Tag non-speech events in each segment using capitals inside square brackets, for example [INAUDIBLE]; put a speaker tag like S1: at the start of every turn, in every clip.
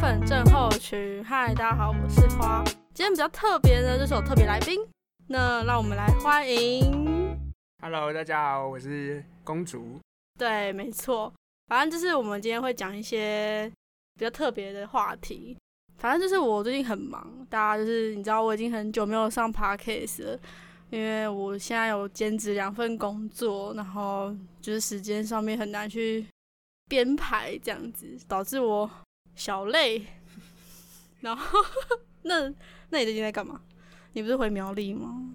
S1: 本症候群。嗨，大家好，我是花。今天比较特别呢，就是有特别来宾。那让我们来欢迎。
S2: Hello，大家好，我是公主。
S1: 对，没错，反正就是我们今天会讲一些比较特别的话题。反正就是我最近很忙，大家就是你知道我已经很久没有上 podcast 了，因为我现在有兼职两份工作，然后就是时间上面很难去编排这样子，导致我小累。 [LAUGHS] 然后那那你最近在干嘛？你不是回苗栗吗？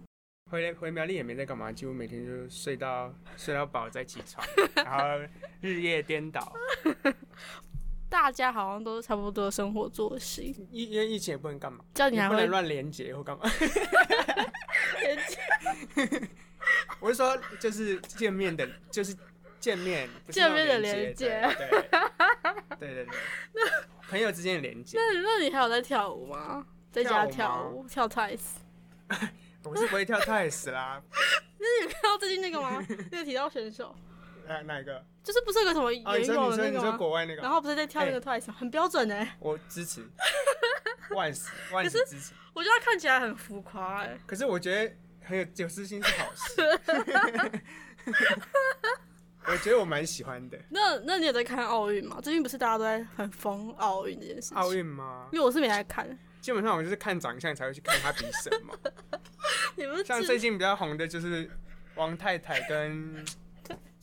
S2: 回来回苗栗也没在干嘛，几乎每天就睡到睡到饱再起 [LAUGHS] 床，然后日夜颠倒。
S1: 大家好像都是差不多的生活作息，
S2: 疫因为疫情也不能干嘛，
S1: 叫你
S2: 也
S1: 还
S2: 不
S1: 会
S2: 能乱连接或
S1: [LAUGHS]
S2: 干嘛。我是说，就是见面的，就是见面，不是
S1: 见面的
S2: 那种连
S1: 连
S2: 接。
S1: [LAUGHS]
S2: 对对对对对，朋友之间的连接，
S1: 那那你还有在跳舞吗？在家跳舞，跳太 [LAUGHS] 死。
S2: 我是不会跳太死啦。
S1: 那你有看到最近那个吗？ [LAUGHS] 那个体操选手，
S2: 哪哪一个？
S1: 就是不是有个什么
S2: 啊，你
S1: 游
S2: 说
S1: 泳
S2: 你说
S1: 的
S2: 你
S1: 那
S2: 说
S1: 个吗？
S2: 国外那
S1: 然
S2: 个，
S1: 后不是在跳那个太死，很标准哎、
S2: 我
S1: [LAUGHS]
S2: 支持，万死万死支持。
S1: 我觉得他看起来很浮夸哎、
S2: 可是我觉得很有有私心是好
S1: [LAUGHS]
S2: 事，我觉得我蛮喜欢的。
S1: 那那你有在看奥运吗？最近不是大家都在很疯奥运这件事情？
S2: 奥运吗？
S1: 因为我是没来看，
S2: 基本上我就是看长相才会去看他比什么。
S1: [LAUGHS] 你们是
S2: 像最近比较红的就是王太太跟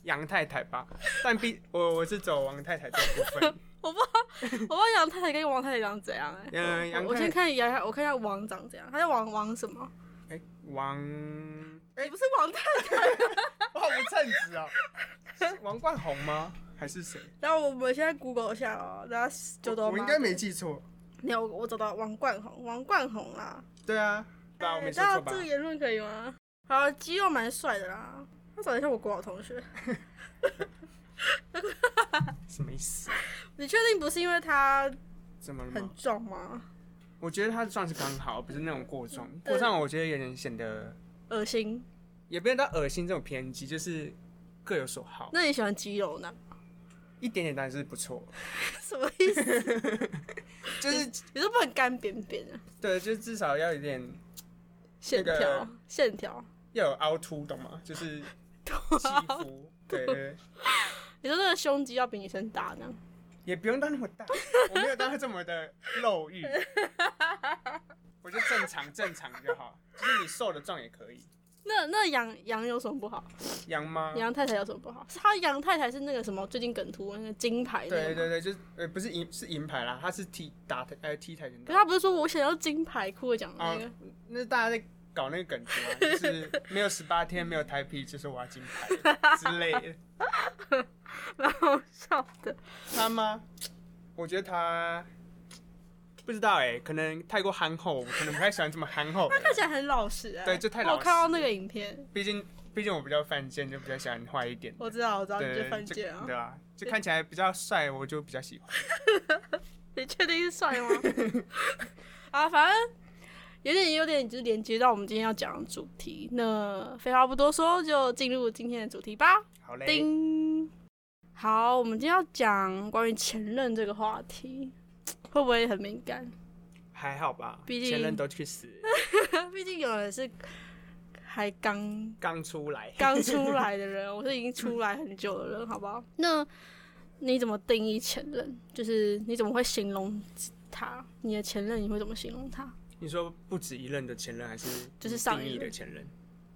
S2: 杨太太吧，但必我我是走王太太这部分。
S1: 我不知道杨太太跟王太太长怎样哎、
S2: 嗯，杨
S1: 我我
S2: 太
S1: 先
S2: 太，
S1: 看杨，我看一下王长怎样，他叫王王什么？
S2: 哎、
S1: [LAUGHS]
S2: 王，哎、
S1: 你不是王太，
S2: 我好不称职哦。是王冠宏吗？还是谁？
S1: 然后我们现在 Google 一下哦，然后就都
S2: 我我应该没记错。
S1: 没有，我找到王冠宏，王冠宏啦。
S2: 对啊，对啊，我
S1: 哎
S2: 没说
S1: 大
S2: 错
S1: 家
S2: 吧
S1: 这？个言论可以吗？好，肌肉蛮帅的啦。他长得像我国老同学，
S2: 什么意思？
S1: 你确定不是因为他
S2: 怎么了吗
S1: 很？壮吗？
S2: 我觉得他算是刚好，不是那种过重。
S1: 对
S2: 过重我觉得有点显得，
S1: 恶心。
S2: 也不用到恶心这种偏激，就是各有所好，
S1: 那你喜欢肌肉男？ [LAUGHS]
S2: 一点点当然是不错。
S1: 什么意思？ [LAUGHS]
S2: 就是
S1: 你是不很干扁扁的
S2: 对，就是至少要有点
S1: 线
S2: 那
S1: 条
S2: 个？
S1: 线条？
S2: 要有凹凸，懂吗？
S1: [LAUGHS]
S2: 就是肌肤，对对对，
S1: 你说那个胸肌要比女生大呢？
S2: 也不用到那么
S1: [LAUGHS]
S2: 大，我没有到这么的露欲，我就正常正常就好，就是你瘦的壮也可以。
S1: 那那杨杨有什么不好？
S2: 羊吗？
S1: 杨太太有什么不好？是她杨太太是那个什么最近梗图那个金牌哎那个
S2: 对
S1: 吗
S2: 对对，就是呃不是银是银牌啦，他是踢打呃踢跆拳
S1: 可
S2: 道
S1: 是。
S2: 哦
S1: 她不是说我想要金牌，酷的讲的那个。
S2: 啊那大家在搞那个梗图啊，
S1: [LAUGHS]
S2: 就是没有十八天没有台皮，就是我要金牌之类
S1: [LAUGHS]
S2: 的。
S1: 蛮 [LAUGHS] 好笑的。
S2: 他吗？我觉得他不知道哎、可能太过憨厚，我可能不太喜欢这么憨厚的。
S1: 看起来很老实哎、
S2: 对就太
S1: 我
S2: 老
S1: 看到那个影片，
S2: 毕竟毕竟我比较犯贱，就比较喜欢坏一点的。
S1: 我知道，我知道，你
S2: 对
S1: 就犯
S2: 对
S1: 贱
S2: 就
S1: 啊！
S2: 对啊，就看起来比较帅，我就比较喜欢。
S1: 你确定是帅吗？
S2: [LAUGHS]
S1: [LAUGHS] 啊，反正有点有点就是连接到我们今天要讲的主题。那废话不多说，就进入今天的主题吧。
S2: 好嘞，
S1: 叮，好，我们今天要讲关于前任这个话题，会不会很敏感？ [LAUGHS]
S2: 还好吧，
S1: 毕竟
S2: 前任都去死，
S1: 毕竟有人是还刚
S2: 刚出来。
S1: [LAUGHS] 刚出来的人，我是已经出来很久的人，好不好？那你怎么定义前任？就是你怎么会形容他？你的前任你会怎么形容他？
S2: 你说不止一任的前任，还是
S1: 就是
S2: 你
S1: 上
S2: 定
S1: 一
S2: 义的
S1: 任
S2: 前任？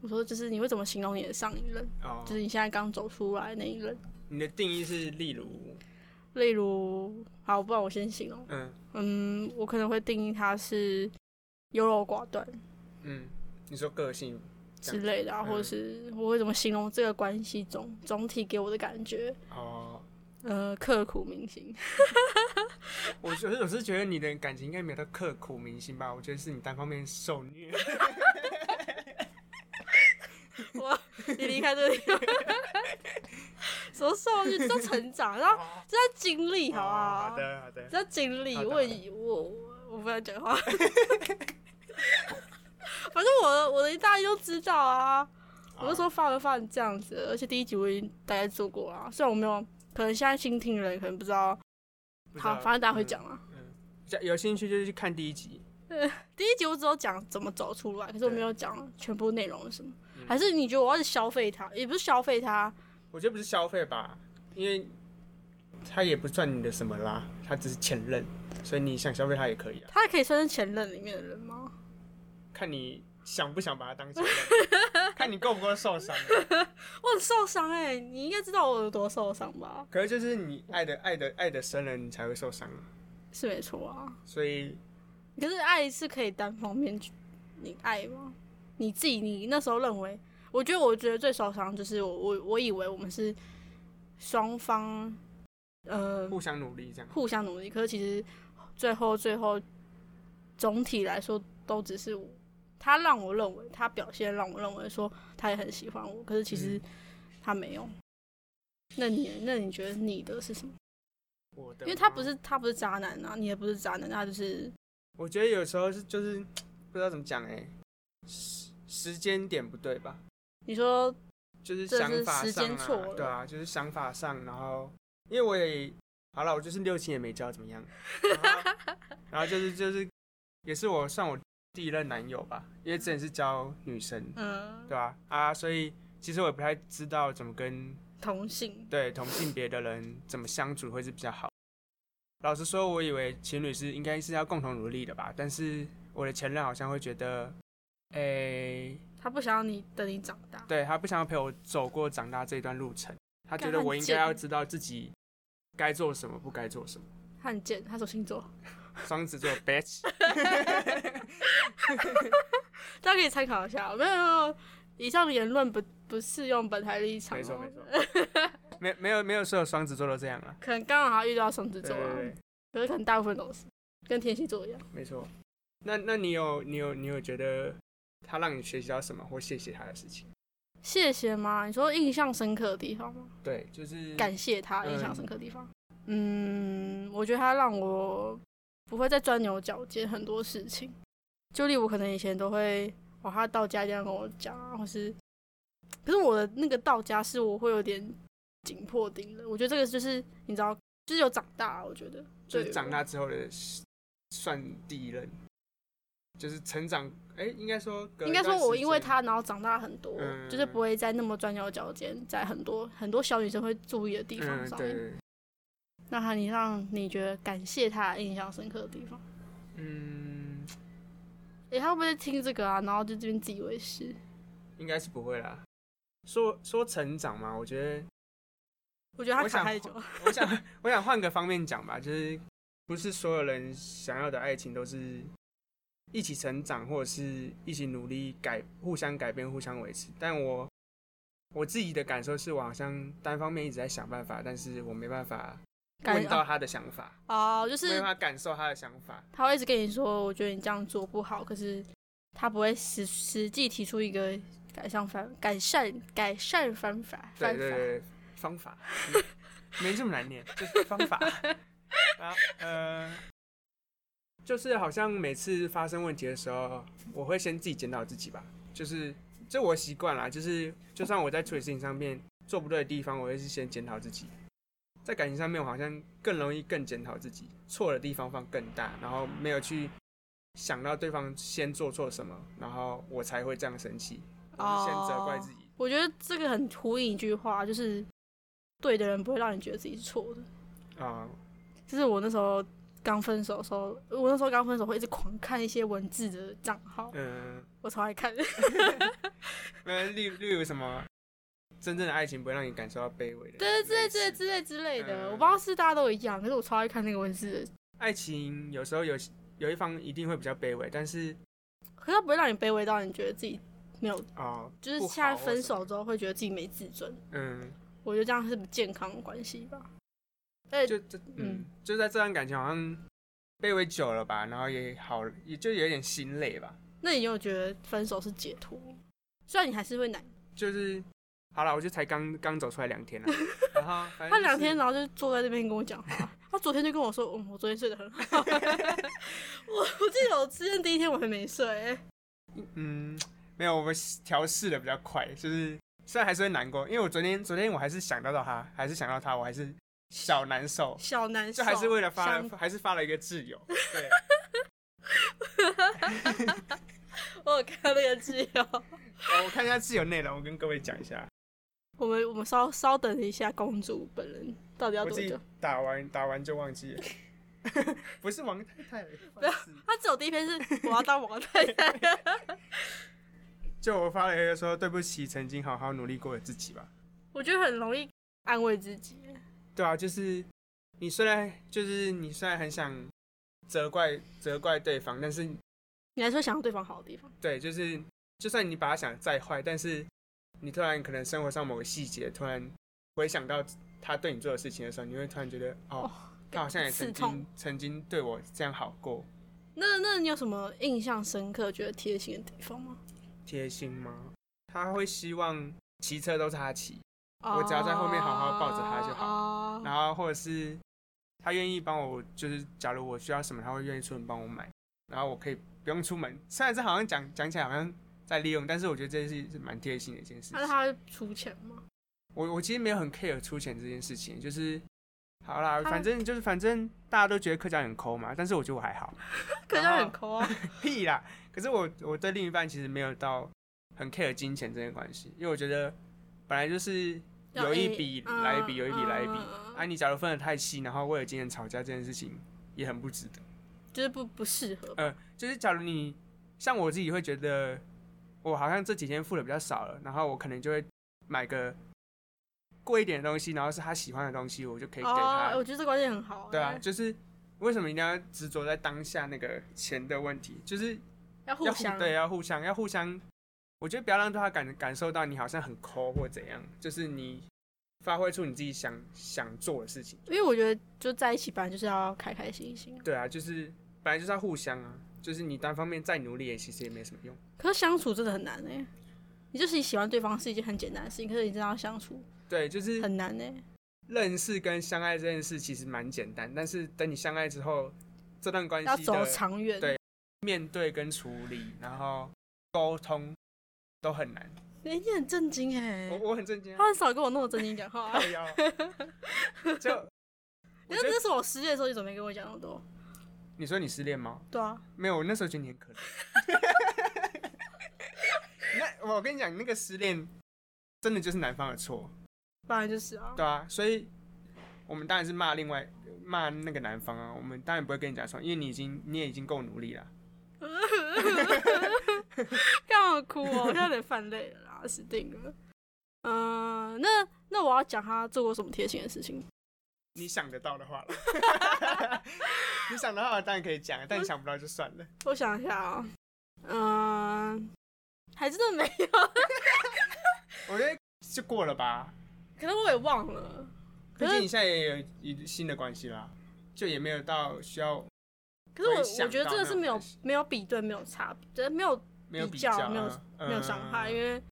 S1: 我说就是你会怎么形容你的上一任？
S2: 哦
S1: 就，是你现在刚走出来那一任。
S2: 你的定义是例如
S1: 例如，好，不然我先形容。
S2: 嗯
S1: 嗯，我可能会定义他是优柔寡断
S2: 嗯，你说个性
S1: 之类的啊，
S2: 嗯
S1: 或者是我会怎么形容这个关系中总体给我的感觉？
S2: 哦，
S1: 呃，刻骨铭心。
S2: 我觉得我是觉得你的感情应该没有到刻骨铭心吧，我觉得是你单方面受虐。
S1: 我你离开这个地方， [LAUGHS] 什么受虐，这叫成长，然后这叫经历， [LAUGHS] 好不啊
S2: 哦
S1: 好？
S2: 好的好的，
S1: 这叫经历。
S2: 好的
S1: 我已我我不要讲话， [LAUGHS] 反正我的我的一大一都知道啊。
S2: 哦
S1: 我就说发文发成这样子，而且第一集我已经大概做过啊啦，虽然我没有，可能现在新听的人可能不知道，
S2: 不知道
S1: 好，反正大家会讲啦。啊
S2: 嗯有有兴趣就去看第一集。
S1: 第一集我只有讲怎么走出来，可是我没有讲全部内容是什么。
S2: 嗯
S1: 还是你觉得我要是消费它，也不是消费它，
S2: 我觉得不是消费吧，因为他也不算你的什么啦，他只是前任，所以你想消费他也可以啊，
S1: 它可以算是前任里面的人吗？
S2: 看你想不想把他当前
S1: [LAUGHS]
S2: 任，看你够不够受伤啊。
S1: 我很受伤哎、你应该知道我有多受伤吧？
S2: 可是就是你爱的爱的爱的深了，你才会受伤啊，
S1: 是没错啊，
S2: 所以
S1: 可是爱是可以单方面去，你爱吗？你自己，你那时候认为，我觉得我觉得最受伤就是我我我以为我们是双方呃
S2: 互相努力这样。
S1: 互相努力，可是其实最后最后总体来说都只是我，他让我认为他表现让我认为说他也很喜欢我，可是其实他没有。那你那你觉得你的是什么？
S2: 我的
S1: 因为
S2: 吗，
S1: 他不是他不是渣男啊，你也不是渣男，他就是
S2: 我觉得有时候是就是不知道怎么讲哎、时时间点不对吧，
S1: 你说
S2: 就是
S1: 这
S2: 想
S1: 是
S2: 法
S1: 时
S2: 上
S1: 间
S2: 啊，
S1: 错了
S2: 对啊，就是想法上，然后因为我也好了，我就是六亲也没交怎么样，然后 [LAUGHS] 然后就是就是也是我算我第一任男友吧，因为之前是交女生，
S1: 嗯
S2: 对吧、啊？所以其实我也不太知道怎么跟
S1: 同性，
S2: 对同性别的人怎么相处会是比较好。老实说，我以为情侣是应该是要共同努力的吧，但是我的前任好像会觉得，诶、
S1: 他不想要你等你长大，
S2: 对他不想要陪我走过长大这段路程，他觉
S1: 干
S2: 得
S1: 他很
S2: 我应该要
S1: 贱
S2: 知道自己该做什么，不该做什么。
S1: 他很贱，他什么星 [LAUGHS] 座？
S2: 双子座 bitch，
S1: 大家可以参考一下。没有没有，以上言论不不适用本台立场、
S2: 没错
S1: 哦
S2: 没，错，没没有没有所有双子座都这样啊。
S1: 可能刚好他遇到双子
S2: 对
S1: 座
S2: 对
S1: 啊，
S2: 对，
S1: 可是可能大部分都是跟天蝎座一样。
S2: 没错。那那你有你有你有觉得他让你学习到什么或谢谢他的事情？
S1: 谢谢吗？你说印象深刻的地方吗？
S2: 对，就是
S1: 感谢他印象深刻的地方。嗯，我觉得他让我不会再钻牛角尖很多事情。就例如可能以前都会，哇，他到家一定要跟我讲啊，或是，可是我的那个到家是我会有点紧迫盯的。我觉得这个就是你知道，就是有长大，我觉得
S2: 就是
S1: 对
S2: 长大之后的算第一任，就是成长。哎、应该说隔一
S1: 应该说，
S2: 段
S1: 我
S2: 时
S1: 因为
S2: 间
S1: 他，然后长大很多，
S2: 嗯
S1: 就是不会再那么钻牛角尖，在很多很多小女生会注意的地方
S2: 嗯，
S1: 上
S2: 对
S1: 面。
S2: 对对
S1: 那他你让你觉得感谢他印象深刻的地方？
S2: 嗯，
S1: 诶、他会不会听这个啊？然后就这边自以为是？
S2: 应该是不会啦。说说成长嘛，我觉得
S1: 我觉得他
S2: 我想
S1: 卡太久，
S2: 我想我想换个方面讲吧，就是不是所有人想要的爱情都是一起成长，或者是一起努力改，互相改变，互相维持。但我我自己的感受是我好像单方面一直在想办法，但是我没办法
S1: 感
S2: 问
S1: 觉
S2: 到
S1: 哦
S2: 他的想法，
S1: 哦，就
S2: 没
S1: 是
S2: 办法感受他的想法。
S1: 他会一直跟你说，我觉得你这样做不好，可是他不会实实际提出一个改善方改善改善方法
S2: 对
S1: 方
S2: 对
S1: 法。
S2: 对，方法嗯没这么
S1: [LAUGHS]
S2: 难念，就是方法。然后呃，就是好像每次发生问题的时候，我会先自己检讨自己吧，就是这我习惯啦，就是就算我在处理事情上面做不对的地方，我会是先检讨自己。在感情上面，我好像更容易更检讨自己，错的地方放更大，然后没有去想到对方先做错什么，然后我才会这样生气，我是先责怪自己。
S1: 哦我觉得这个很呼应一句话，就是对的人不会让你觉得自己是错的。
S2: 啊、
S1: 就是我那时候刚分手的时候，我那时候刚分手会一直狂看一些文字的账号，
S2: 嗯，
S1: 我超爱看。
S2: 那例例如什么，真正的爱情不会让你感受到卑微的，
S1: 对对，之类之类
S2: 类似
S1: 之类之类的，我
S2: 嗯
S1: 不知道是大家都一样，可是我超爱看那个文字的，
S2: 爱情有时候有有一方一定会比较卑微，但是
S1: 可是它不会让你卑微到你觉得自己没有，
S2: 哦，
S1: 就是
S2: 不好
S1: 现在
S2: 或
S1: 分
S2: 什么
S1: 手之后会觉得自己没自尊，
S2: 嗯，
S1: 我觉得这样是不健康的关系吧。而且
S2: 就这嗯
S1: 嗯，
S2: 就在这段感情好像卑微久了吧，然后也好，也就有点心累吧，
S1: 那你有没有觉得分手是解脱？虽然你还是会难，
S2: 就是好了，我就才刚刚走出来两
S1: [LAUGHS]
S2: 天了，然后反正、
S1: 他两天，然后就坐在这边跟我讲话。他昨天就跟我说，嗯，我昨天睡得很好。 [LAUGHS] 我我记得我之前第一天我还没睡、欸，
S2: 嗯，没有，我们调试的比较快，就是虽然还是会难过，因为我昨天昨天我还是想到到他，还是想到他，我还是小难受，
S1: 小难受，
S2: 就还是为了发
S1: 想，
S2: 还是发了一个挚友，对，
S1: 我有看到那个剧哦。
S2: 我看一下挚友内容，我跟各位讲一下。
S1: 我们我们稍稍等一下，公主本人到底要
S2: 我
S1: 多
S2: 自己
S1: 久？
S2: 打完打完就忘记了， [LAUGHS] 不是王太太，
S1: 要
S2: 烦死了
S1: 他只有第一篇是我要当王太太，
S2: 就我发了一个说对不起，曾经好好努力过的自己吧。
S1: [LAUGHS] 我觉得很容易安慰自己。
S2: 对啊，就是你虽然就是你虽然很想责怪责怪对方，但是
S1: 你还是会想到对方好的地方，
S2: 对，就是就算你把他想得再坏，但是你突然可能生活上某个细节突然回想到他对你做的事情的时候，你会突然觉得哦
S1: 哦，
S2: 他好像也
S1: 刺
S2: 曾
S1: 痛
S2: 经。曾经对我这样好过，
S1: 那那你有什么印象深刻、觉得贴心的地方吗？
S2: 贴心吗？他会希望骑车都是他骑，我只要在后面好好抱着他就好
S1: 好
S2: 然后或者是他愿意帮我，就是假如我需要什么，他会愿意出门帮我买，然后我可以不用出门。虽然这好像讲讲起来好像在利用，但是我觉得这是是蛮贴心的一件事
S1: 那
S2: 情。
S1: 他会出钱吗？
S2: 我我其实没有很 care 出钱这件事情，就是好啦，
S1: 他
S2: 反正就是反正大家都觉得客家人抠嘛，但是我觉得我还好，
S1: 可是他很抠
S2: [LAUGHS]
S1: 啊，
S2: 屁啦。可是我我对另一半其实没有到很 care 金钱这件关系，因为我觉得本来就是有一笔
S1: 要 A，
S2: 来一笔，有一笔
S1: 嗯
S2: 来一笔。
S1: 嗯
S2: 啊，你假如分得太细，然后为了今天吵架这件事情，也很不值得。
S1: 就是不不适合。
S2: 呃，就是假如你像我自己会觉得，我好像这几天付的比较少了，然后我可能就会买个贵一点的东西，然后是他喜欢的东西，我就可以给他。
S1: 哦，我觉得这观念很好。
S2: 对啊，，就是为什么一定要执着在当下那个钱的问题？就是
S1: 要互
S2: 要
S1: 相
S2: 对，啊要互相，要互相。我觉得不要让对方感感受到你好像很抠或怎样，就是你发挥出你自己想想做的事情。
S1: 因为我觉得就在一起，本来就是要开开心心。
S2: 对啊，就是本来就是要互相啊，就是你单方面再努力，也其实也没什么用。
S1: 可是相处真的很难哎、你就是喜欢对方是一件很简单的事情，可是你真的要相处
S2: 对，就是
S1: 很难哎、
S2: 认识跟相爱这件事其实蛮简单，但是等你相爱之后，这段关
S1: 要
S2: 系
S1: 走
S2: 的
S1: 长远。
S2: 对面对跟处理，然后沟通都很难。
S1: 哎、你很震惊哎、
S2: 我我很震惊啊，
S1: 他很少跟我那么震惊讲话、啊 [LAUGHS]
S2: 靠。腰，就 [LAUGHS] 我
S1: 那
S2: 觉得
S1: 那是我失恋的时候，你怎么没跟我讲那么多？
S2: 你说你失恋吗？
S1: 对啊，
S2: 没有，我那时候觉得你很可怜。
S1: [LAUGHS]
S2: 那我跟你讲，那个失恋真的就是男方的错，
S1: 本来就是
S2: [LAUGHS]
S1: 啊。
S2: 对啊，所以我们当然是骂另外骂那个男方啊，我们当然不会跟你讲说，因为你已经你也已经够努力了。
S1: 干嘛哭哦？我现在有点犯累了啦，死定了。嗯、那那我要讲他做过什么贴心的事情。
S2: 你想得到的话了， [LAUGHS] 你想得到的当然可以讲，但你想不到就算了。
S1: 我想一下啊、嗯、还真的没有， [LAUGHS]
S2: 我觉得就过了吧，
S1: 可能我也忘了。可
S2: 毕竟
S1: 是
S2: 你现在也有一新的关系啦，就也没有到需要
S1: 可是我
S2: 会想
S1: 我觉得
S2: 到
S1: 这个是没
S2: 那
S1: 有
S2: 种
S1: 没有比对，没有差别，就是没有
S2: 没有
S1: 比
S2: 较
S1: 较
S2: 啊，
S1: 没有
S2: 嗯
S1: 没有伤害，
S2: 嗯
S1: 因为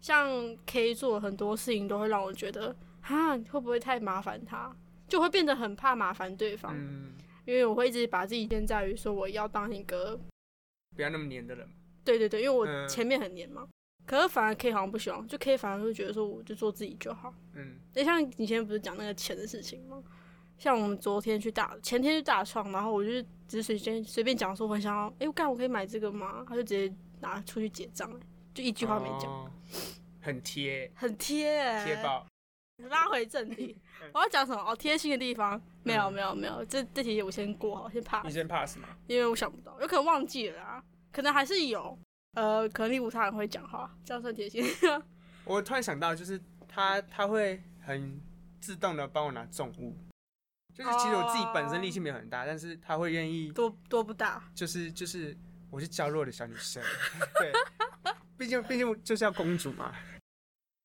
S1: 像 K 做的很多事情都会让我觉得，哈，会不会太麻烦他？就会变得很怕麻烦对方，
S2: 嗯，
S1: 因为我会一直把自己限在于说我要当一个
S2: 不要那么黏的人嘛。
S1: 对对对，因为
S2: 嗯
S1: 我前面很黏嘛。可是反而 K 好像不喜欢，就 K 反而会觉得说我就做自己就好。
S2: 嗯，
S1: 那像你前面不是讲那个钱的事情吗？像我们昨天去大，前天去大创，然后我就是只是随便随便讲说我很想要，哎、我干我可以买这个吗？他就直接拿出去结账、欸就一
S2: 一
S1: 句话没讲，
S2: 讲，很贴
S1: 很贴、欸，
S2: 哦贴爆。
S1: 拉回正题
S2: [LAUGHS] 嗯，
S1: 我要讲什么？哦，贴心的地方没有
S2: 嗯
S1: 没有没有，这这题我先过好，先 pass，
S2: 你先 pass 嘛。
S1: 因为我想不到，有可能忘记了啊，可能还是有，呃，可能例如他很会讲话，这样算贴心。
S2: 我突然想到，就是他他会很自动的帮我拿重物，就是其实我自己本身力气没有很大，但是他会愿意，
S1: [LAUGHS] 多多不大，
S2: 就是就是我是娇弱的小女生， [LAUGHS] 对，毕竟毕竟就是要公主嘛。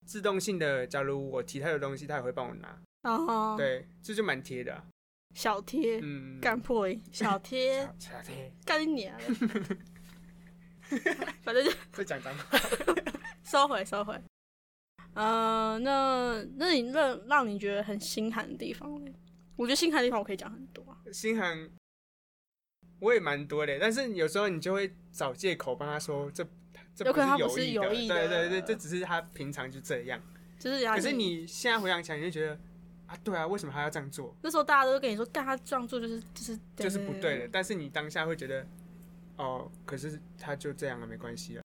S2: 自动性的，假如我提他的东西，他也会帮我拿，
S1: 然后
S2: 对，这就蛮贴的啊、
S1: 小贴
S2: 嗯，
S1: 干破音小贴
S2: [LAUGHS] 小小贴， [LAUGHS]
S1: 干你娘 [LAUGHS] 嘞！反正就
S2: 再讲脏话。
S1: 收回收回。呃，那那你让让你觉得很心寒的地方呢？我觉得心寒的地方我可以讲很多啊。
S2: 心寒，我也蛮多的，但是有时候你就会找借口帮他说这。这
S1: 有可能他
S2: 不
S1: 不
S2: 是
S1: 是
S2: 有
S1: 有
S2: 意
S1: 意
S2: 的，
S1: 的
S2: 对对对，这只是他平常就这样。
S1: 就是人家
S2: 可是你现在回想起来，你就觉得啊，对啊，为什么还要这样做？
S1: 那时候大家都跟你说，干他这样做就是就是
S2: 就是不对的。。但是你当下会觉得，哦，可是他就这样了，没关系啊。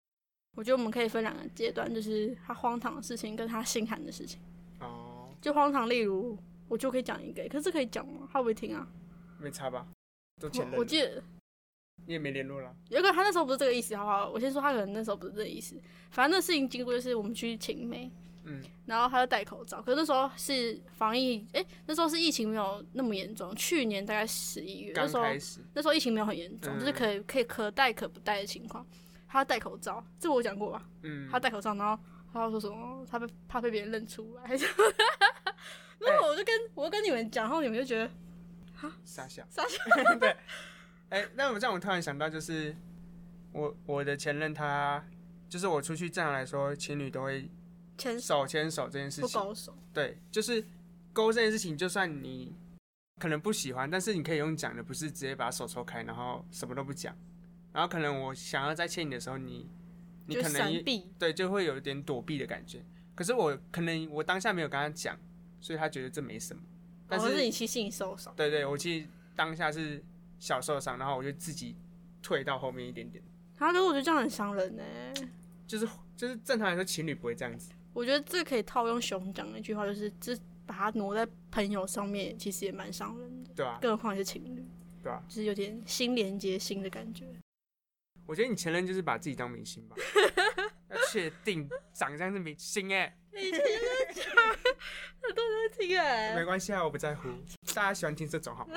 S1: 我觉得我们可以分两个阶段，就是他荒唐的事情跟他心寒的事情。
S2: 哦，
S1: 就荒唐，例如我就可以讲一个，可是这可以讲吗？他会不会听啊？
S2: 没差吧？都前任
S1: 我
S2: 了，
S1: 我记得
S2: 你也没联络了。
S1: 有一个他那时候不是这个意思，好不好？我先说他可能那时候不是这个意思，反正那事情经过就是我们去晴美，
S2: 嗯，
S1: 然后他就戴口罩，可是那时候是防疫，诶，那时候是疫情没有那么严重，去年大概十一月，那
S2: 刚
S1: 时候
S2: 开始，
S1: 那时候疫情没有很严重，
S2: 嗯
S1: 就是可以可以可戴可不戴的情况。他戴口罩，这我讲过吧？
S2: 嗯，
S1: 他戴口罩，然后他说什么？他被怕被别人认出来，还是什
S2: [LAUGHS]
S1: 么的然后我就跟我就跟你们讲，然后你们就觉得
S2: 傻笑，
S1: 傻
S2: 笑， [LAUGHS] 对。哎、那我这样，我突然想到，就是我我的前任他，就是我出去正常来说，情侣都会
S1: 牵手
S2: 手牵手这件事
S1: 不
S2: 情，
S1: 勾手，
S2: 对，就是勾这件事情，就算你可能不喜欢，但是你可以用讲的，不是直接把手抽开，然后什么都不讲，然后可能我想要再牵你的时候，你你
S1: 就
S2: 可能
S1: 闪
S2: 也
S1: 避。
S2: 对就会有一点躲避的感觉，可是我可能我当下没有跟他讲，所以他觉得这没什么，但
S1: 哦是你其实你受伤，
S2: 对对，我其实当下是小受伤，然后我就自己退到后面一点点，
S1: 他可是我觉得这样很伤人欸呢、
S2: 就是就是正常来说情侣不会这样子，
S1: 我觉得这可以套用熊讲的一句话，就是这把它挪在朋友上面，其实也蛮伤人的，
S2: 对吧、
S1: 更何况是情侣，
S2: 对啊
S1: 就是有点心连接心的 [LAUGHS] 感觉。
S2: 我觉得你前任就是把自己当明星吧，要确定长相是明星哎、
S1: 以前在讲， [LAUGHS] 我都在听哎、
S2: 没关系啊，我不在乎，大家喜欢听这种好吗？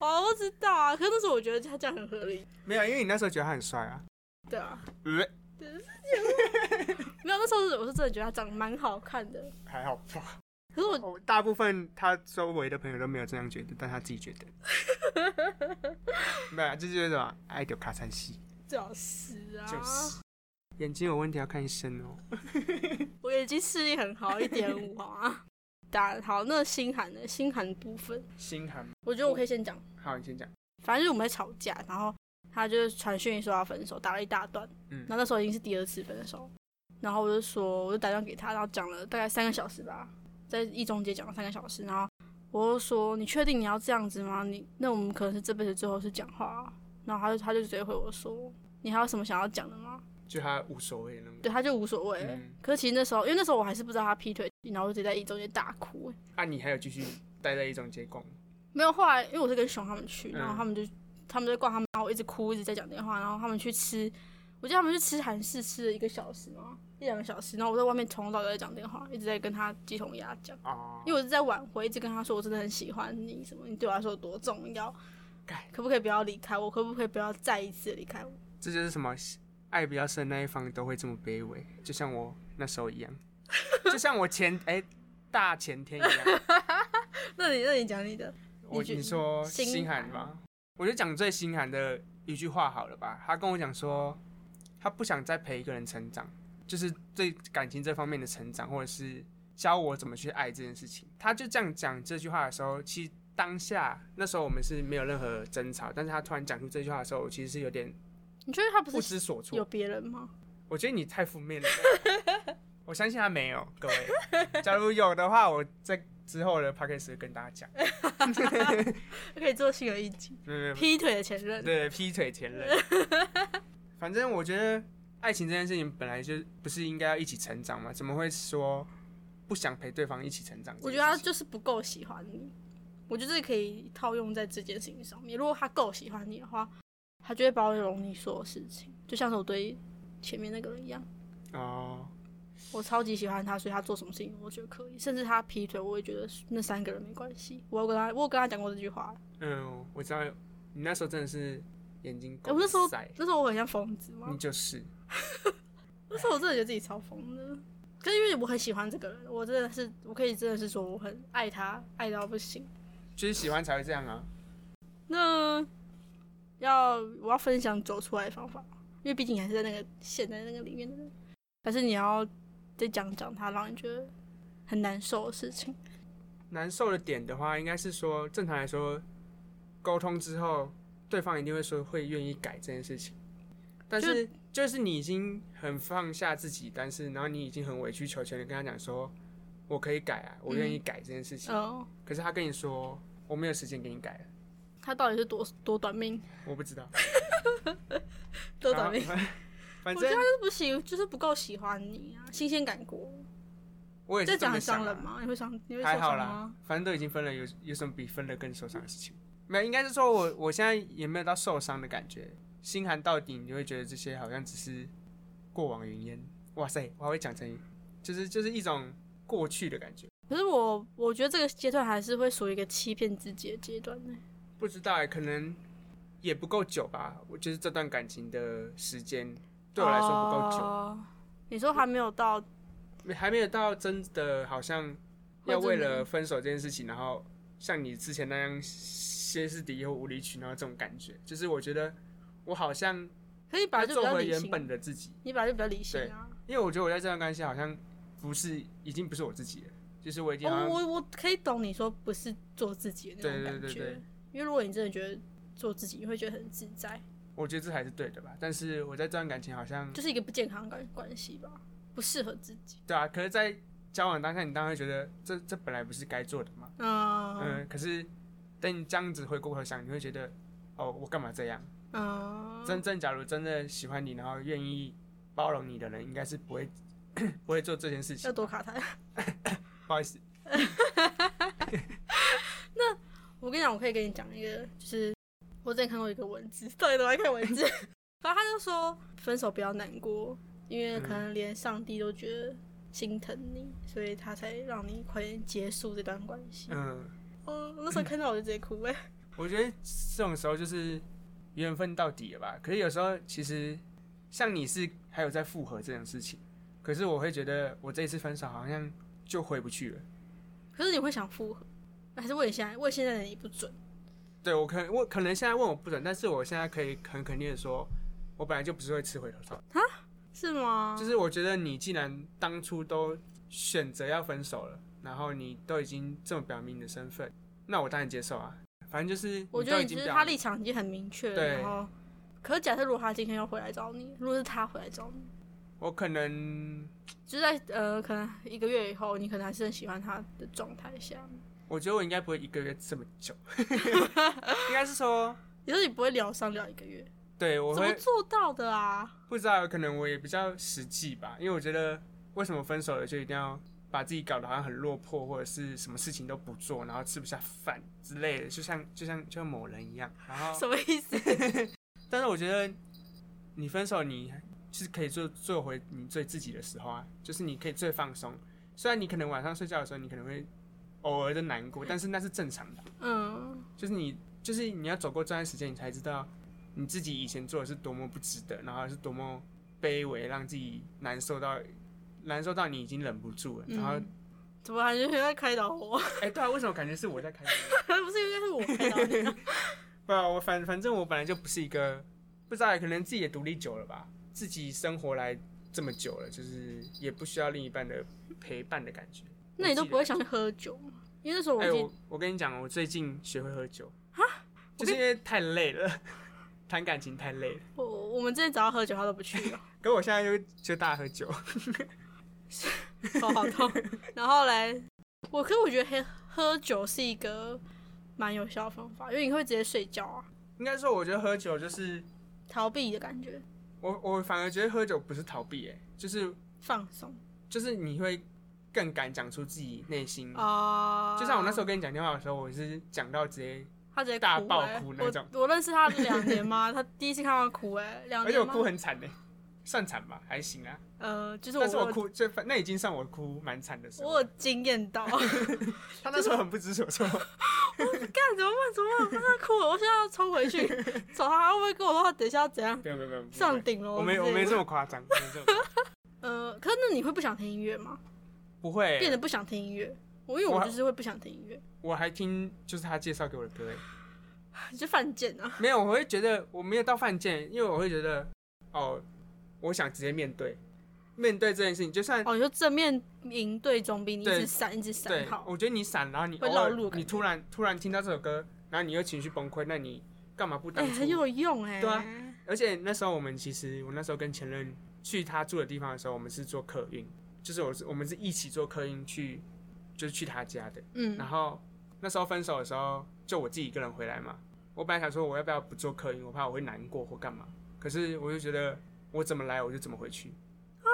S1: 哦，我知道啊，可是那时候我觉得他这样很合理，
S2: 没有，因为你那时候觉得他很帅啊，
S1: 对啊，
S2: 呃，
S1: 没有那时候是我是真的觉得他长得蛮好看的，
S2: 还好吧。
S1: 可是我
S2: 我大部分他周围的朋友都没有这样觉得，但他自己觉得。没有啊，这就是什么爱丢卡山西，
S1: [LAUGHS] 最好是啊，
S2: 就是眼睛有问题要看医生哦。
S1: 我眼睛视力很好，一点五好啊。 [LAUGHS] 打好，那心寒的心寒部分，
S2: 心寒。
S1: 我觉得我可以先讲。
S2: 好，你先讲。
S1: 反正就是我们在吵架，然后他就传讯说要分手，打了一大段。
S2: 嗯
S1: 然后那时候已经是第二次分手，然后我就说，我就打电话给他，然后讲了大概三个小时吧，在一中街讲了三个小时，然后我就说，你确定你要这样子吗？你那我们可能是这辈子最后一次讲话啊、然后他就他就直接回我说，你还有什么想要讲的吗？
S2: 就他无所谓的那种。
S1: 对，他就无所谓了。
S2: 嗯
S1: 可是其实那时候，因为那时候我还是不知道他劈腿，然后我就直接在一中街大哭、欸
S2: 啊，你还有继续待在一中街逛？
S1: 没有，后来因为我是跟熊他们去，
S2: 嗯
S1: 然后他们就、他们在逛他们，然后我一直哭，一直在讲电话，然后他们去吃，我记得他们去吃韩式吃了一个小时嘛，一两个小时，然后我在外面从头到尾都在讲电话，一直在跟他鸡同鸭讲，
S2: 哦，
S1: 因为我是在挽回，一直跟他说我真的很喜欢你，什么你对我来说有多重要
S2: 干，
S1: 可不可以不要离开我，可不可以不要再一次离开我？
S2: 这就是什么爱比较深那一方都会这么卑微，就像我那时候一样，就像我前哎、大前天一样。
S1: [LAUGHS] 那你那你讲你的，
S2: 我
S1: 你觉
S2: 你说
S1: 心
S2: 心寒
S1: 寒
S2: 吧，我就讲最心寒的一句话好了吧。他跟我讲说，他不想再陪一个人成长，就是对感情这方面的成长，或者是教我怎么去爱这件事情。他就这样讲这句话的时候，其实当下那时候我们是没有任何争吵，但是他突然讲出这句话的时候，我其实是有点
S1: 你觉得他不
S2: 不
S1: 是
S2: 知所
S1: 有
S2: 措。
S1: 别人吗？
S2: 我觉得你太负面了，我相信他没有。各位，假如有的话，我在之后的 p a c k a g e 跟大家讲。
S1: 可以做新的一集，
S2: 没有没有
S1: 劈腿的前任，
S2: 对，劈腿
S1: [LAUGHS]
S2: 前任。反正我觉得爱情这件事情本来就不是应该要一起成长吗？怎么会说不想陪对方一起成长这
S1: 我
S2: 件事
S1: 觉
S2: 情？
S1: 得他就是不够喜欢你。我觉得这可以套用在这件事情上面。如果他够喜欢你的话，他就会包容你所有事情，就像是我对前面那个人
S2: [LAUGHS]
S1: 一样，
S2: 哦，
S1: 我超级喜欢他，所以他做什么事情我觉得可以，甚至他劈腿，我也觉得那三个人没关系。我有跟他，我有跟他讲过这句话。
S2: 嗯，我知道你那时候真的是眼睛
S1: 哎我那时候
S2: 狗塞
S1: 那时候我很像疯子吗
S2: 你？就是
S1: 那时候我真的觉得自己超疯的。可是因为我很喜欢这个人，我真的是，我可以真的是说我很爱他，爱到不行。
S2: 就是喜欢才会这样啊。
S1: 那要我要分享走出来的方法，因为毕竟你还是在那个陷在那个里面的人，还是你要再讲讲他让你觉得很难受的事情。
S2: 难受的点的话，应该是说正常来说，沟通之后，对方一定会说会愿意改这件事情。但
S1: 就是
S2: 就是你已经很放下自己，但是然后你已经很委曲求全的跟他讲说，我可以改啊，我愿意改这件事情。
S1: 哦，
S2: 可是他跟你说我没有时间给你改了，
S1: 他到底是多多短命？
S2: 我不知道。
S1: 多短命？
S2: 然后反
S1: 我觉得
S2: 正
S1: 他就是不喜，就是不够喜欢你啊，新鲜感过。
S2: 我也
S1: 这
S2: 是
S1: 讲
S2: 么
S1: 很
S2: 想
S1: 伤
S2: 啊
S1: 人吗？你会伤，你会受
S2: 还好
S1: 伤
S2: 啦
S1: 吗？，
S2: 反正都已经分了，有有什么比分了更受伤的事情？没有，应该是说我我现在也没有到受伤的感觉，心寒到底，你就会觉得这些好像只是过往云烟。哇塞，我还会讲成语，就是就是一种过去的感觉。
S1: 可是我我觉得这个阶段还是会属于一个欺骗自己的阶段欸呢、
S2: 不知道哎、可能也不够久吧。我就是这段感情的时间对我来说不够久，
S1: 哦你说还没有到
S2: 还没有到真的好像
S1: 会
S2: 要
S1: 真
S2: 为
S1: 的
S2: 了分手这件事情，然后像你之前那样歇斯底里或无理取闹这种感觉，就是我觉得我好像
S1: 可以把
S2: 要
S1: 就比
S2: 做
S1: 较
S2: 回
S1: 理
S2: 原
S1: 性，啊
S2: 本的自己，
S1: 你把就比较理性啊。
S2: 因为我觉得我在这段关系好像不是已经不是我自己了，就是我已经
S1: 哦
S2: 好像、
S1: 我我可以懂你说不是做自己的那种
S2: 对对
S1: 感觉，
S2: 对对
S1: 因为如果你真的觉得做自己，你会觉得很自在，
S2: 我觉得这才是对的吧。但是我在这段感情好像
S1: 就是一个不健康的关关系吧，不适合自己。
S2: 对啊，可是，在交往当下，你当然会觉得这这本来不是该做的嘛。
S1: 嗯
S2: 嗯，可是等你这样子回过头想，你会觉得，哦，我干嘛这样？
S1: 嗯，
S2: 真正假如真的喜欢你，然后愿意包容你的人，应该是不会 [CLEARS THROAT] 不会做这件事情
S1: 要
S2: 吧。
S1: 多卡痰。 [LAUGHS]
S2: 不好意思，
S1: 我跟你讲，我可以跟你讲一个，就是我之前看过一个文字， [LAUGHS] 到底都在看文字，反正他就说分手不要难过，因为可
S2: 嗯
S1: 能连上帝都觉得心疼你，所以他才让你快点结束这段关系。
S2: 嗯，
S1: 嗯，我那时候看到我就直接哭哎、
S2: 我觉得这种时候就是缘分到底了吧。可是有时候其实像你是还有在复合这种事情，可是我会觉得我这一次分手好像就回不去了。
S1: 可是你会想复合，还是问现在问现在的你不准？
S2: 对我可我可能现在问我不准，但是我现在可以很肯定的说，我本来就不是会吃回头草。
S1: 是吗？
S2: 就是我觉得你既然当初都选择要分手了，然后你都已经这么表明你的身份，那我当然接受啊。反正就是
S1: 我觉
S2: 都
S1: 得
S2: 已
S1: 你就
S2: 经
S1: 是
S2: 表
S1: 他
S2: 明
S1: 立场已经很明确了，
S2: 对
S1: 然后，可是假设如果他今天要回来找你，如果是他回来找你，
S2: 我可能
S1: 就是在呃可能一个月以后，你可能还是很喜欢他的状态下，
S2: 我觉得我应该不会一个月这么
S1: [LAUGHS]
S2: 久，应该是说
S1: 你说你不会疗伤疗一个月，
S2: 对我
S1: 怎么
S2: 会
S1: 做到的啊？
S2: 不知道，可能我也比较实际吧，因为我觉得为什么分手了就一定要把自己搞得好像很落魄，或者是什么事情都不做，然后吃不下饭之类的，就像就像就像某人一样，然后
S1: 什么意思？
S2: 但是我觉得你分手，你是可以做做回你最自己的时候啊，就是你可以最放松。虽然你可能晚上睡觉的时候，你可能会偶尔的难过，但是那是正常的。
S1: 嗯，
S2: 就是你，就是你要走过这段时间，你才知道你自己以前做的是多么不值得，然后是多么卑微，让自己难受到，难受到你已经忍不住了。然后，哎、
S1: 嗯怎么还是在开导我？ [LAUGHS]
S2: 对啊，为什么感觉是我在开导你？
S1: 不是应该是我开导
S2: [LAUGHS]
S1: 你啊？
S2: 不啊，我反反正我本来就不是一个，不知道可能自己也独立久了吧，自己生活来这么久了，就是也不需要另一半的陪伴的感觉。
S1: 那你都
S2: 我自己
S1: 不会想去喝酒吗？因为那时候我
S2: 哎、
S1: 自己
S2: 我我跟你讲，我最近学会喝酒就是因为太累了， [LAUGHS] 谈感情太累了。
S1: 我我们之前只要喝酒，他都不去啊了，
S2: 可我现在就就大喝酒， [LAUGHS]
S1: [LAUGHS] 头好痛。然后嘞，我可是我觉得喝喝酒是一个蛮有效的方法，因为你会直接睡觉啊，
S2: 应该说我觉得喝酒就是
S1: 逃避的感觉，
S2: 我我反而觉得喝酒不是逃避、哎，就是
S1: 放松
S2: 就是你会更敢讲出自己内心。
S1: 啊。
S2: 嗯就像我那时候跟你讲电话的时候，我是讲到直接
S1: 他直接
S2: 大
S1: 哭
S2: 爆
S1: 欸
S2: 哭那种
S1: 我我认识他两年嘛， [LAUGHS] 他第一次看到哭哎、欸，两
S2: 而且我
S1: 年吗
S2: 哭很惨呢、算惨吧，还行啊。
S1: 呃，就是我
S2: 但是我
S1: 我
S2: 哭，就那已经算我哭蛮惨的时候
S1: 我
S2: 了。
S1: 有惊艳
S2: [LAUGHS]
S1: 到，干
S2: 他那时候很不知所措，
S1: 怎么办怎么办，他哭了，我现在要冲回去找他，他会不会跟我说他等一下要怎样
S2: 没有没有没有，
S1: 上顶楼？
S2: 我没我没这么夸张，没这么
S1: [LAUGHS]
S2: 夸张
S1: 呃，可是那你会不想听音乐吗？
S2: 不会欸、
S1: 变得不想听音乐。我因为
S2: 我
S1: 我
S2: 还
S1: 就是会不想听音乐，
S2: 我还听就是他介绍给我的歌欸，
S1: 就犯贱啊。
S2: 没有，我会觉得我没有到犯贱，因为我会觉得哦，我想直接面对，面对这件事情，就算
S1: 哦，你说正面迎对总比你一
S2: 对
S1: 直闪一直闪
S2: 对
S1: 好。
S2: 我觉得你闪，然后你
S1: 会
S2: 偶
S1: 绕
S2: 尔
S1: 路的感
S2: 你
S1: 觉
S2: 突然突然听到这首歌，然后你又情绪崩溃，那你干嘛不
S1: 哎、
S2: 当初？
S1: 很有用哎、
S2: 对啊而且那时候我们其实，我那时候跟前任去他住的地方的时候，我们是坐客运，就是我是我们是一起坐客运去就是去他家的。
S1: 嗯
S2: 然后那时候分手的时候，就我自己一个人回来嘛。我本来想说我要不要不做客运，我怕我会难过或干嘛。可是我就觉得我怎么来我就怎么回去。
S1: 啊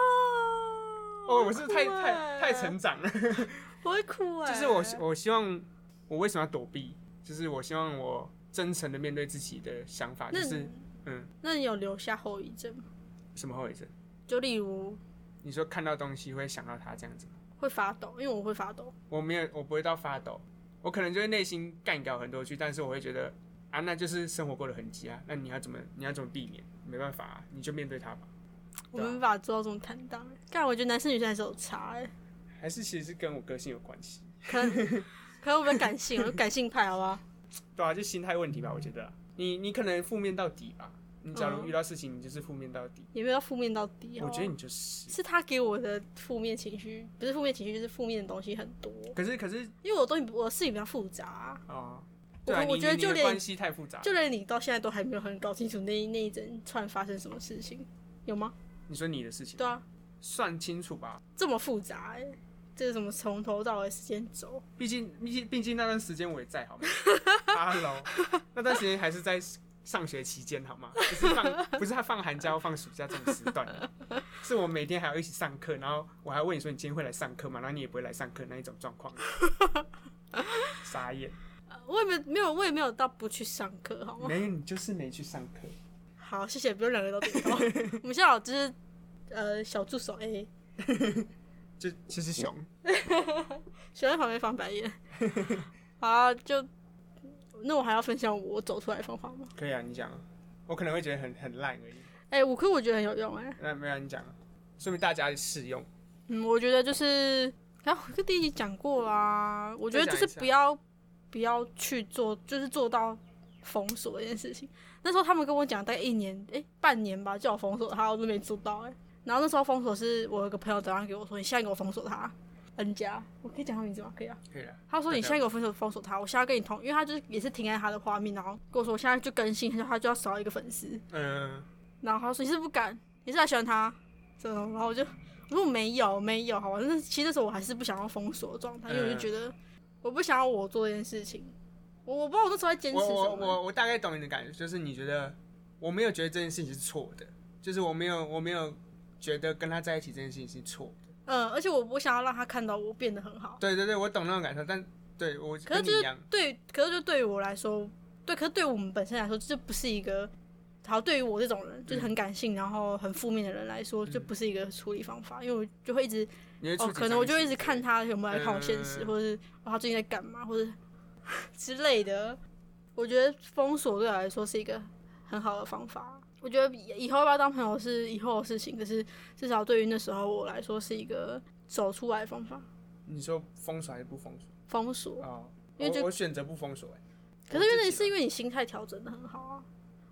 S2: 哦，我是太太太成，长了。
S1: 欸
S2: [LAUGHS]
S1: 我会哭哎、
S2: 就是我希我希望我为什么要躲避？就是我希望我真诚的面对自己的想法，就
S1: 那
S2: 是嗯，
S1: 那你有留下后遗症吗？
S2: 什么后遗症？
S1: 就例如
S2: 你说看到东西会想到他这样子吗？
S1: 会发抖，因为我会发抖。
S2: 我没有，我不会到发抖，我可能就会内心干掉很多句，但是我会觉得啊，那就是生活过得痕迹啊，那你要怎么你要怎么避免？没办法、啊，你就面对它吧。
S1: 我
S2: 对啊
S1: 没办法做到这么坦荡、欸。但我觉得男生女生还是有差哎、
S2: 还是其实是跟我个性有关系，
S1: 可能可能我们感性，我是感性派，好不好？
S2: 对啊，就心态问题吧，我觉得啊、你你可能负面到底吧，你假如
S1: 嗯
S2: 遇到事情你就是负面到底，
S1: 也没有负面到底。
S2: 我
S1: 好不
S2: 觉
S1: 好
S2: 得你就是。
S1: 是他给我的负面情绪，不是负面情绪，就是负面的东西很多。
S2: 可是可是
S1: 因为我东西我的事情比较复杂、
S2: 哦，对啊，
S1: 我
S2: 你
S1: 我觉得
S2: 你你
S1: 就
S2: 的
S1: 连
S2: 关系太复杂。
S1: 就连你到现在都还没有很搞清楚那一那一整串发生什么事情，有吗？
S2: 你说你的事情，
S1: 对啊，
S2: 算清楚吧。
S1: 这么复杂、欸，这是什么从头到尾时间轴？
S2: 毕竟毕竟毕竟那段时间我也在，好吗？Hello，那段时间还是在上学期间，好吗？不是放 [LAUGHS] 不是他放寒假或放暑假这种时段的，是我每天还要一起上课，然后我还问你说你今天会来上课吗？然后你也不会来上课那一种状况，傻眼。
S1: 呃我也没没有，我也没有到不去上课，好吗？
S2: 没有，你就是没去上课。
S1: 好，谢谢，不用两个都 [LAUGHS] 点头。我们现在有就是呃小助手 A，
S2: 就就是熊，
S1: 小在旁边翻白 [LAUGHS] 眼。好，啊就那我还要分享我走出来的方法吗？
S2: 可以啊，你讲啊，我可能会觉得很很烂而已。
S1: 哎、五科我觉得很有用哎、
S2: 那没有你讲啊，说明大家适用。
S1: 嗯，我觉得就是，然后跟第一集讲过啦，我觉得
S2: 再
S1: 就
S2: 讲
S1: 是
S2: 一下
S1: 不要不要去做，就是做到封锁这件事情。那时候他们跟我讲，大概一年诶、半年吧，叫我封锁他，我都没做到诶、然后那时候封锁是我有个朋友早上给我说，你现在给我封锁他，N 家，我可以讲他名字吗？可以啊。
S2: 可以了，
S1: 他说
S2: 对
S1: 你
S2: 对
S1: 现在给我封锁封锁他，我现在跟你同，因为他就是也是停在他的画面，然后跟我说我现在就更新，然后他就要少一个粉丝，
S2: 嗯，
S1: 然后他说你是不敢，你是来喜欢他，这种，然后我就我说我没有没有，好吧，但是其实那时候我还是不想要封锁的状态，因为我就
S2: 嗯
S1: 觉得我不想要我做这件事情，我我不知道我那时候在坚持
S2: 我
S1: 什么
S2: 我，我我大概懂你的感觉，就是你觉得我没有觉得这件事情是错的，就是我没有我没有觉得跟他在一起这件事情是错的。
S1: 嗯，而且我不想要让他看到我变得很好，
S2: 对对对，我懂那种感受，但对我
S1: 可是
S2: 跟你
S1: 就是
S2: 一样，
S1: 对，可是就对于我来说，对，可是对我们本身来说，这不是一个。好，对于我这种人，就是很感性，然后很负面的人来说，这
S2: 嗯
S1: 不是一个处理方法，因为我就会一直
S2: 你会触
S1: 哦，
S2: 景
S1: 可能我就
S2: 伤
S1: 一直
S2: 心
S1: 看。他有没有来看我现实，
S2: 嗯
S1: 或者是、哦、他最近在干嘛，或者 [LAUGHS] 之类的。我觉得封锁对我来说是一个很好的方法。我觉得以以后要不要当朋友是以后的事情，可是至少对于那时候我来说是一个走出来的方法。
S2: 你说封锁还是不封锁？
S1: 封锁，
S2: 哦，
S1: 因为就
S2: 我我选择不封锁、欸。
S1: 可是因为
S2: 你
S1: 你是因为你心态调整的很好啊，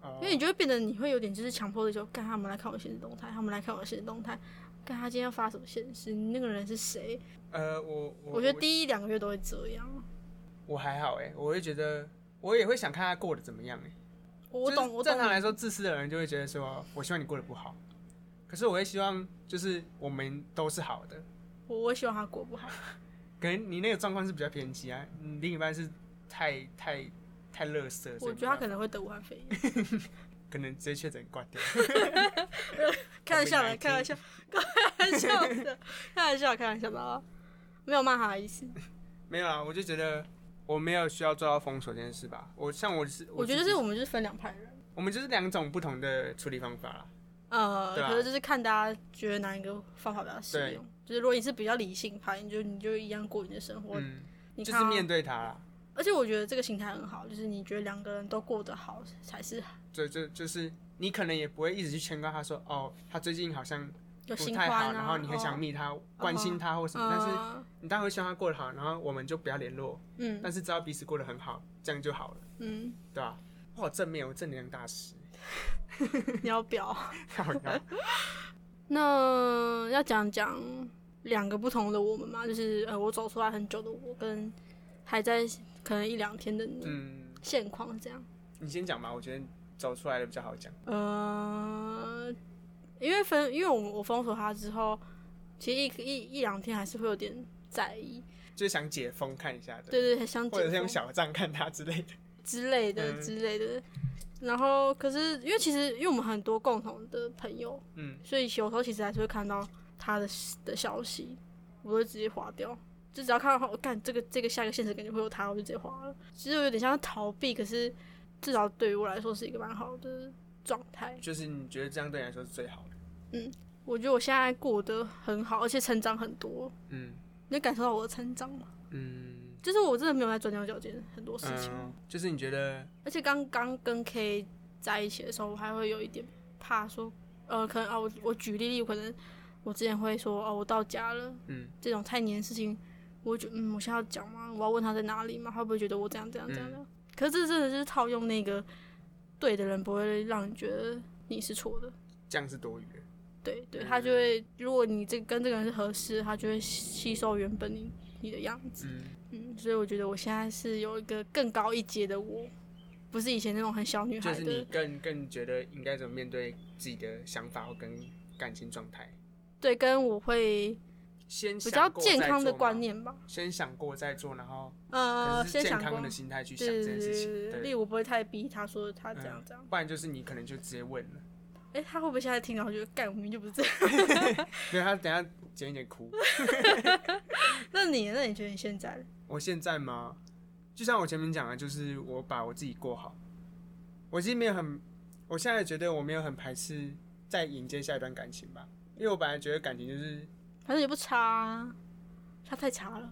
S2: 哦
S1: 因为你就会变得你会有点就是强迫的就干他们来看我现实动态，他们来看我现实动态，看他今天要发什么现实，你那个人是谁？
S2: 呃，我我
S1: 我觉得第一两个月都会这样。啊
S2: 我还好哎、我会觉得我也会想看他过得怎么样哎、
S1: 我
S2: 就是
S1: 懂，我懂。
S2: 正常来说，自私的人就会觉得说，我希望你过得不好，可是我会希望就是我们都是好的，
S1: 我我希望他过不好。
S2: 可能你那个状况是比较偏激啊，你另一半是太太太乐色，所
S1: 我
S2: 以
S1: 觉得他
S2: 没办法
S1: 可能会得武汉肺
S2: [LAUGHS]
S1: 炎。 [LAUGHS]
S2: 可能直接确诊挂掉。 [LAUGHS]
S1: 开玩笑的，
S2: COVID-19
S1: 开玩笑，开玩笑 [LAUGHS] 的，开玩笑，开玩笑的啊，没有骂他的意思。
S2: 没有啊，我就觉得我没有需要做到封锁这件事吧。我像我是，
S1: 我觉得
S2: 自己
S1: 就是我们就是分两派人，
S2: 我们就是两种不同的处理方法啦。
S1: 呃，
S2: 对啊
S1: 可是就是看大家觉得哪一个方法比较适用。就是如果你是比较理性派，你就你就一样过你的生活，
S2: 嗯，
S1: 你
S2: 就
S1: 看
S2: 是
S1: 啊
S2: 面。对它啦。
S1: 而且我觉得这个心态很好，就是你觉得两个人都过得好才是
S2: 就就就是你可能也不会一直去牵挂他说，哦，他最近好像
S1: 有
S2: 不
S1: 新
S2: 太
S1: 欢
S2: 好，
S1: 啊。
S2: 然后你很想
S1: 哦
S2: 密他、关心他或什么，但是
S1: 呃
S2: 你当然会希望他过得好，然后我们就不要联络，
S1: 嗯
S2: 但是只要彼此过得很好，这样就好了，
S1: 嗯，
S2: 对吧、哇，正面，我正能量大师。
S1: 你要不要？
S2: 好呀
S1: [LAUGHS] 那要讲讲两个不同的我们嘛，就是呃，我走出来很久的我跟还在可能一两天的你，
S2: 嗯，
S1: 现况是这样。
S2: 你先讲吧，我觉得走出来的比较好讲。
S1: 呃，因为分，因为我我封锁他之后，其实一一一两天还是会有点在意，
S2: 就是想解封看一下的，
S1: 对对，很想
S2: 或者
S1: 解
S2: 是用
S1: 封
S2: 小账看他之类的。
S1: 之类的、
S2: 嗯
S1: 之类的。然后，可是因为其实因为我们很多共同的朋友，
S2: 嗯，
S1: 所以有时候其实还是会看到他的的消息，我会直接划掉。就只要看到我干这个这个下一个现实感觉会有他，我就直接划了。其实有点像逃避，可是至少对于我来说是一个蛮好的状态。
S2: 就是你觉得这样对你来说是最好的。
S1: 我觉得我现在过得很好，而且成长很多。
S2: 嗯
S1: 你有感受到我的成长吗？
S2: 嗯
S1: 就是我真的没有在钻牛角尖很多事情，
S2: 嗯，就是你觉得
S1: 而且刚刚跟 K 在一起的时候，我还会有一点怕说，呃，可能啊，我我举例例，可能我之前会说，哦，我到家了，
S2: 嗯
S1: 这种太黏的事情，我会觉得嗯，我现在要讲吗？我要问他在哪里吗？他会不会觉得我这样这样这样
S2: 嗯
S1: 这样？可是这真的就是套用那个对的人，不会让你觉得你是错的。
S2: 这样是多余的？
S1: 对对，
S2: 嗯
S1: 他就会，如果你这跟这个人是合适，他就会吸收原本你你的样子。
S2: 嗯
S1: 嗯，所以我觉得我现在是有一个更高一阶的我，不是以前那种很小女
S2: 就
S1: 孩
S2: 是
S1: 的。
S2: 你更更觉得应该怎么面对自己的想法或跟感情状态，
S1: 对，跟我会
S2: 先
S1: 比
S2: 想
S1: 较
S2: 过
S1: 健
S2: 再
S1: 康的
S2: 做
S1: 观
S2: 吗，
S1: 念吧。
S2: 先想过再做，然后可
S1: 呃，
S2: 能是
S1: 先
S2: 健
S1: 想过
S2: 康的。心态去想
S1: 对
S2: 这
S1: 对
S2: 件
S1: 对对
S2: 事情，
S1: 对，例
S2: 对，嗯
S1: 如我不会太逼他说他这样这样。
S2: 不然就是你可能就直接问了，
S1: 哎、他会不会现在听到觉得干，我明明就不是这样？
S2: 没有他等一下剪一点哭。
S1: [LAUGHS] 那你呢，那你觉得你现在
S2: 我现在吗？就像我前面讲的，就是我把我自己过好。我其实没有很，我现在觉得我没有很排斥再迎接下一段感情吧，因为我本来觉得感情就是，
S1: 反正也不差、啊，他太差了。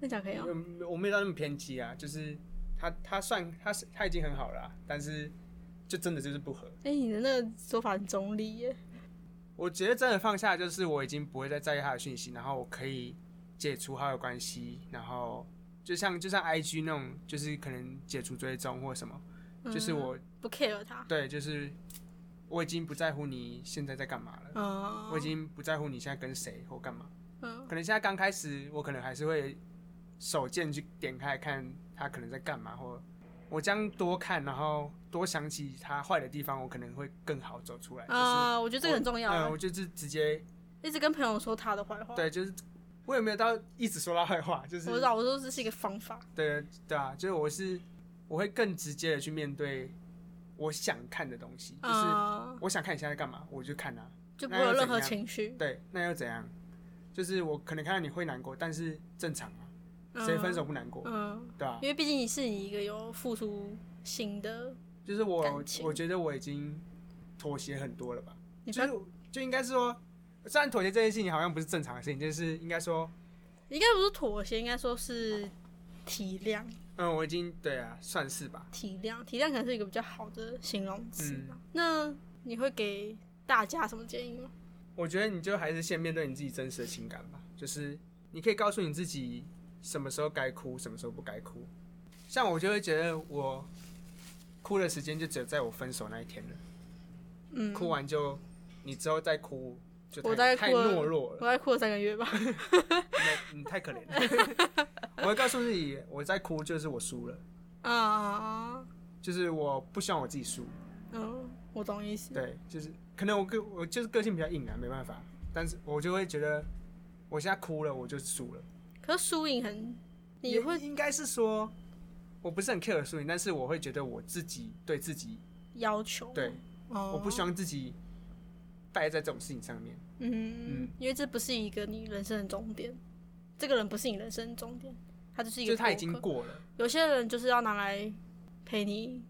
S1: 那讲可以吗？哦
S2: 嗯我没有到那么偏激啊，就是他他算他是他已经很好了啊、但是就真的就是不合。
S1: 哎、你的那个说法很中立耶。
S2: 我觉得真的放下，就是我已经不会再在意他的讯息，然后我可以解除好友关系，然后就像就像 I G 那种，就是可能解除追踪或什么，就是
S1: 嗯
S2: 我
S1: 不 care 他。
S2: 对，就是我已经不在乎你现在在干嘛了，
S1: 嗯，
S2: 我已经不在乎你现在跟谁或干嘛。
S1: 嗯
S2: 可能现在刚开始，我可能还是会手贱去点开看他可能在干嘛，或我这样多看，然后多想起他坏的地方，我可能会更好走出来。就是
S1: 啊，我觉得这个很重要啊、
S2: 嗯，我就是直接
S1: 一直跟朋友说他的坏话。
S2: 对，就是我也没有到一直说他坏话，就是
S1: 我知道，我说这是一个方法。
S2: 对对啊，就是我是我会更直接的去面对我想看的东西，就是
S1: 嗯，
S2: 我想看你现在在干嘛，我就看啊。
S1: 就不会有任何
S2: 那又怎样
S1: 情绪。
S2: 对，那又怎样？就是我可能看到你会难过，但是正常啊，谁分手不难过，
S1: 嗯？
S2: 对吧、啊
S1: 嗯，因为毕竟你是你一个有付出心的，
S2: 就是我
S1: 感，情
S2: 我觉得我已经妥协很多了吧，
S1: 你不
S2: 就
S1: 要
S2: 是就应该是说，虽然妥协这件事情好像不是正常的事情，就是应该说，
S1: 应该不是妥协，应该说是体谅。
S2: 嗯，我已经对啊，算是吧，
S1: 体谅，体谅可能是一个比较好的形容词
S2: 嗯
S1: 吧。那你会给大家什么建议吗？
S2: 我觉得你就还是先面对你自己真实的情感吧，就是你可以告诉你自己什么时候该哭，什么时候不该哭。像我就会觉得我哭的时间就只有在我分手那一天了，
S1: 嗯，
S2: 哭完就你之后再哭就
S1: 我大概
S2: 太太
S1: 哭了
S2: 懦弱
S1: 我
S2: 了，
S1: 大概哭了三个月吧。 [LAUGHS]
S2: 你你太可怜了。我会告诉自己，我在哭就是我输了，
S1: 啊、
S2: 就是我不希望我自己输。
S1: 嗯，我懂意思。
S2: 对，就是可能我个我就是个性比较硬啊，没办法，但是我就会觉得我现在哭了，我就输了。
S1: 可是输赢很，你
S2: 也
S1: 会
S2: 应该是说，我不是很 care 输赢，但是我会觉得我自己对自己，
S1: 要求，
S2: 对，
S1: 哦，
S2: 我不希望自己败在这种事情上面。
S1: 嗯，
S2: 嗯
S1: 因为这不是一个你人生的终点，这个人不是你人生的终点，他就是一
S2: 就
S1: 个
S2: 是他已
S1: 过
S2: 经
S1: 客
S2: 过了，
S1: 有些人就是要拿来陪你，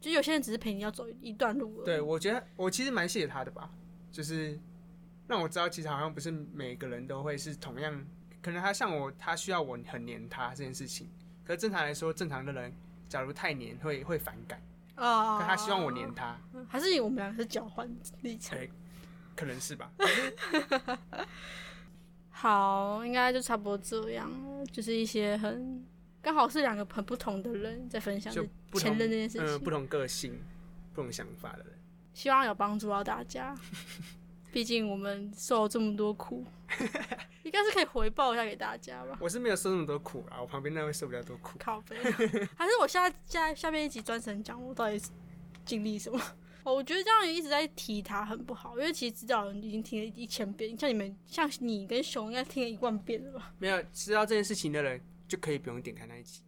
S1: 就有些人只是陪你要走一段路而已。
S2: 对我觉得我其实蛮谢谢他的吧，就是让我知道其实好像不是每个人都会是同样，可能他像我，他需要我很黏他这件事情，可是正常来说，正常的人假如太黏会会反感，
S1: 啊，
S2: 可他希望我黏他，
S1: 还是我们两个是交换立场。
S2: 哎可能是吧？
S1: 哦好，应该就差不多这样了，就是一些很刚好是两个很不同的人在分享
S2: 就不
S1: 前
S2: 同
S1: 任这件事
S2: 嗯、
S1: 情，
S2: 不同个性、不同想法的人。
S1: 希望有帮助到大
S2: [LAUGHS]
S1: 家。毕竟我们受了这么多苦，应该是可以回报一下给大家吧。啊
S2: 我是没有受那么多苦啊，我旁边那位受不了多苦。 [LAUGHS]
S1: 靠背，还是我下下下面一集专程讲我到底经历什么？哦，我觉得这样一直在提他很不好，因为其实指导人已经听了一千遍，像你们像你跟熊应该听了一万遍了吧？
S2: 没有知道这件事情的人就可以不用点开那
S1: [LAUGHS]
S2: 一集。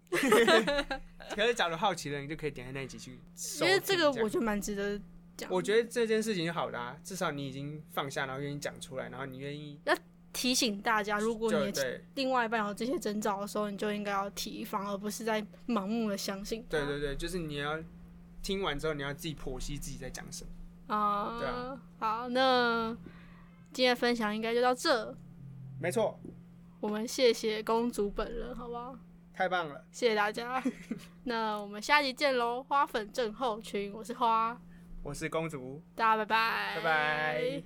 S2: 可是假如好奇的人就可以点开那一集去收
S1: 因
S2: 听样。
S1: 为这个我觉得蛮值得讲。
S2: 我觉得这件事情就好啦、至少你已经放下，然后愿意讲出来，然后你愿意
S1: 提醒大家，如果
S2: 就
S1: 你
S2: 对
S1: 另外一半有这些征兆的时候，你就应该要提防，而不是在盲目的相信他。
S2: 对对对，就是你要听完之后，你要自己剖析自己在讲什么。
S1: 啊、
S2: 对啊
S1: 好，那今天的分享应该就到这，
S2: 没错，
S1: 我们谢谢公主本人，好不好？
S2: 太棒了，
S1: 谢谢大
S2: [LAUGHS]
S1: 家，那我们下集见喽！花粉症候群，我是花，
S2: 我是公主。
S1: 大家拜拜，
S2: 拜拜。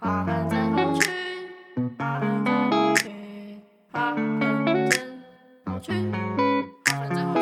S1: 花粉症候群，花粉症候群，花粉症候群，花粉症候群。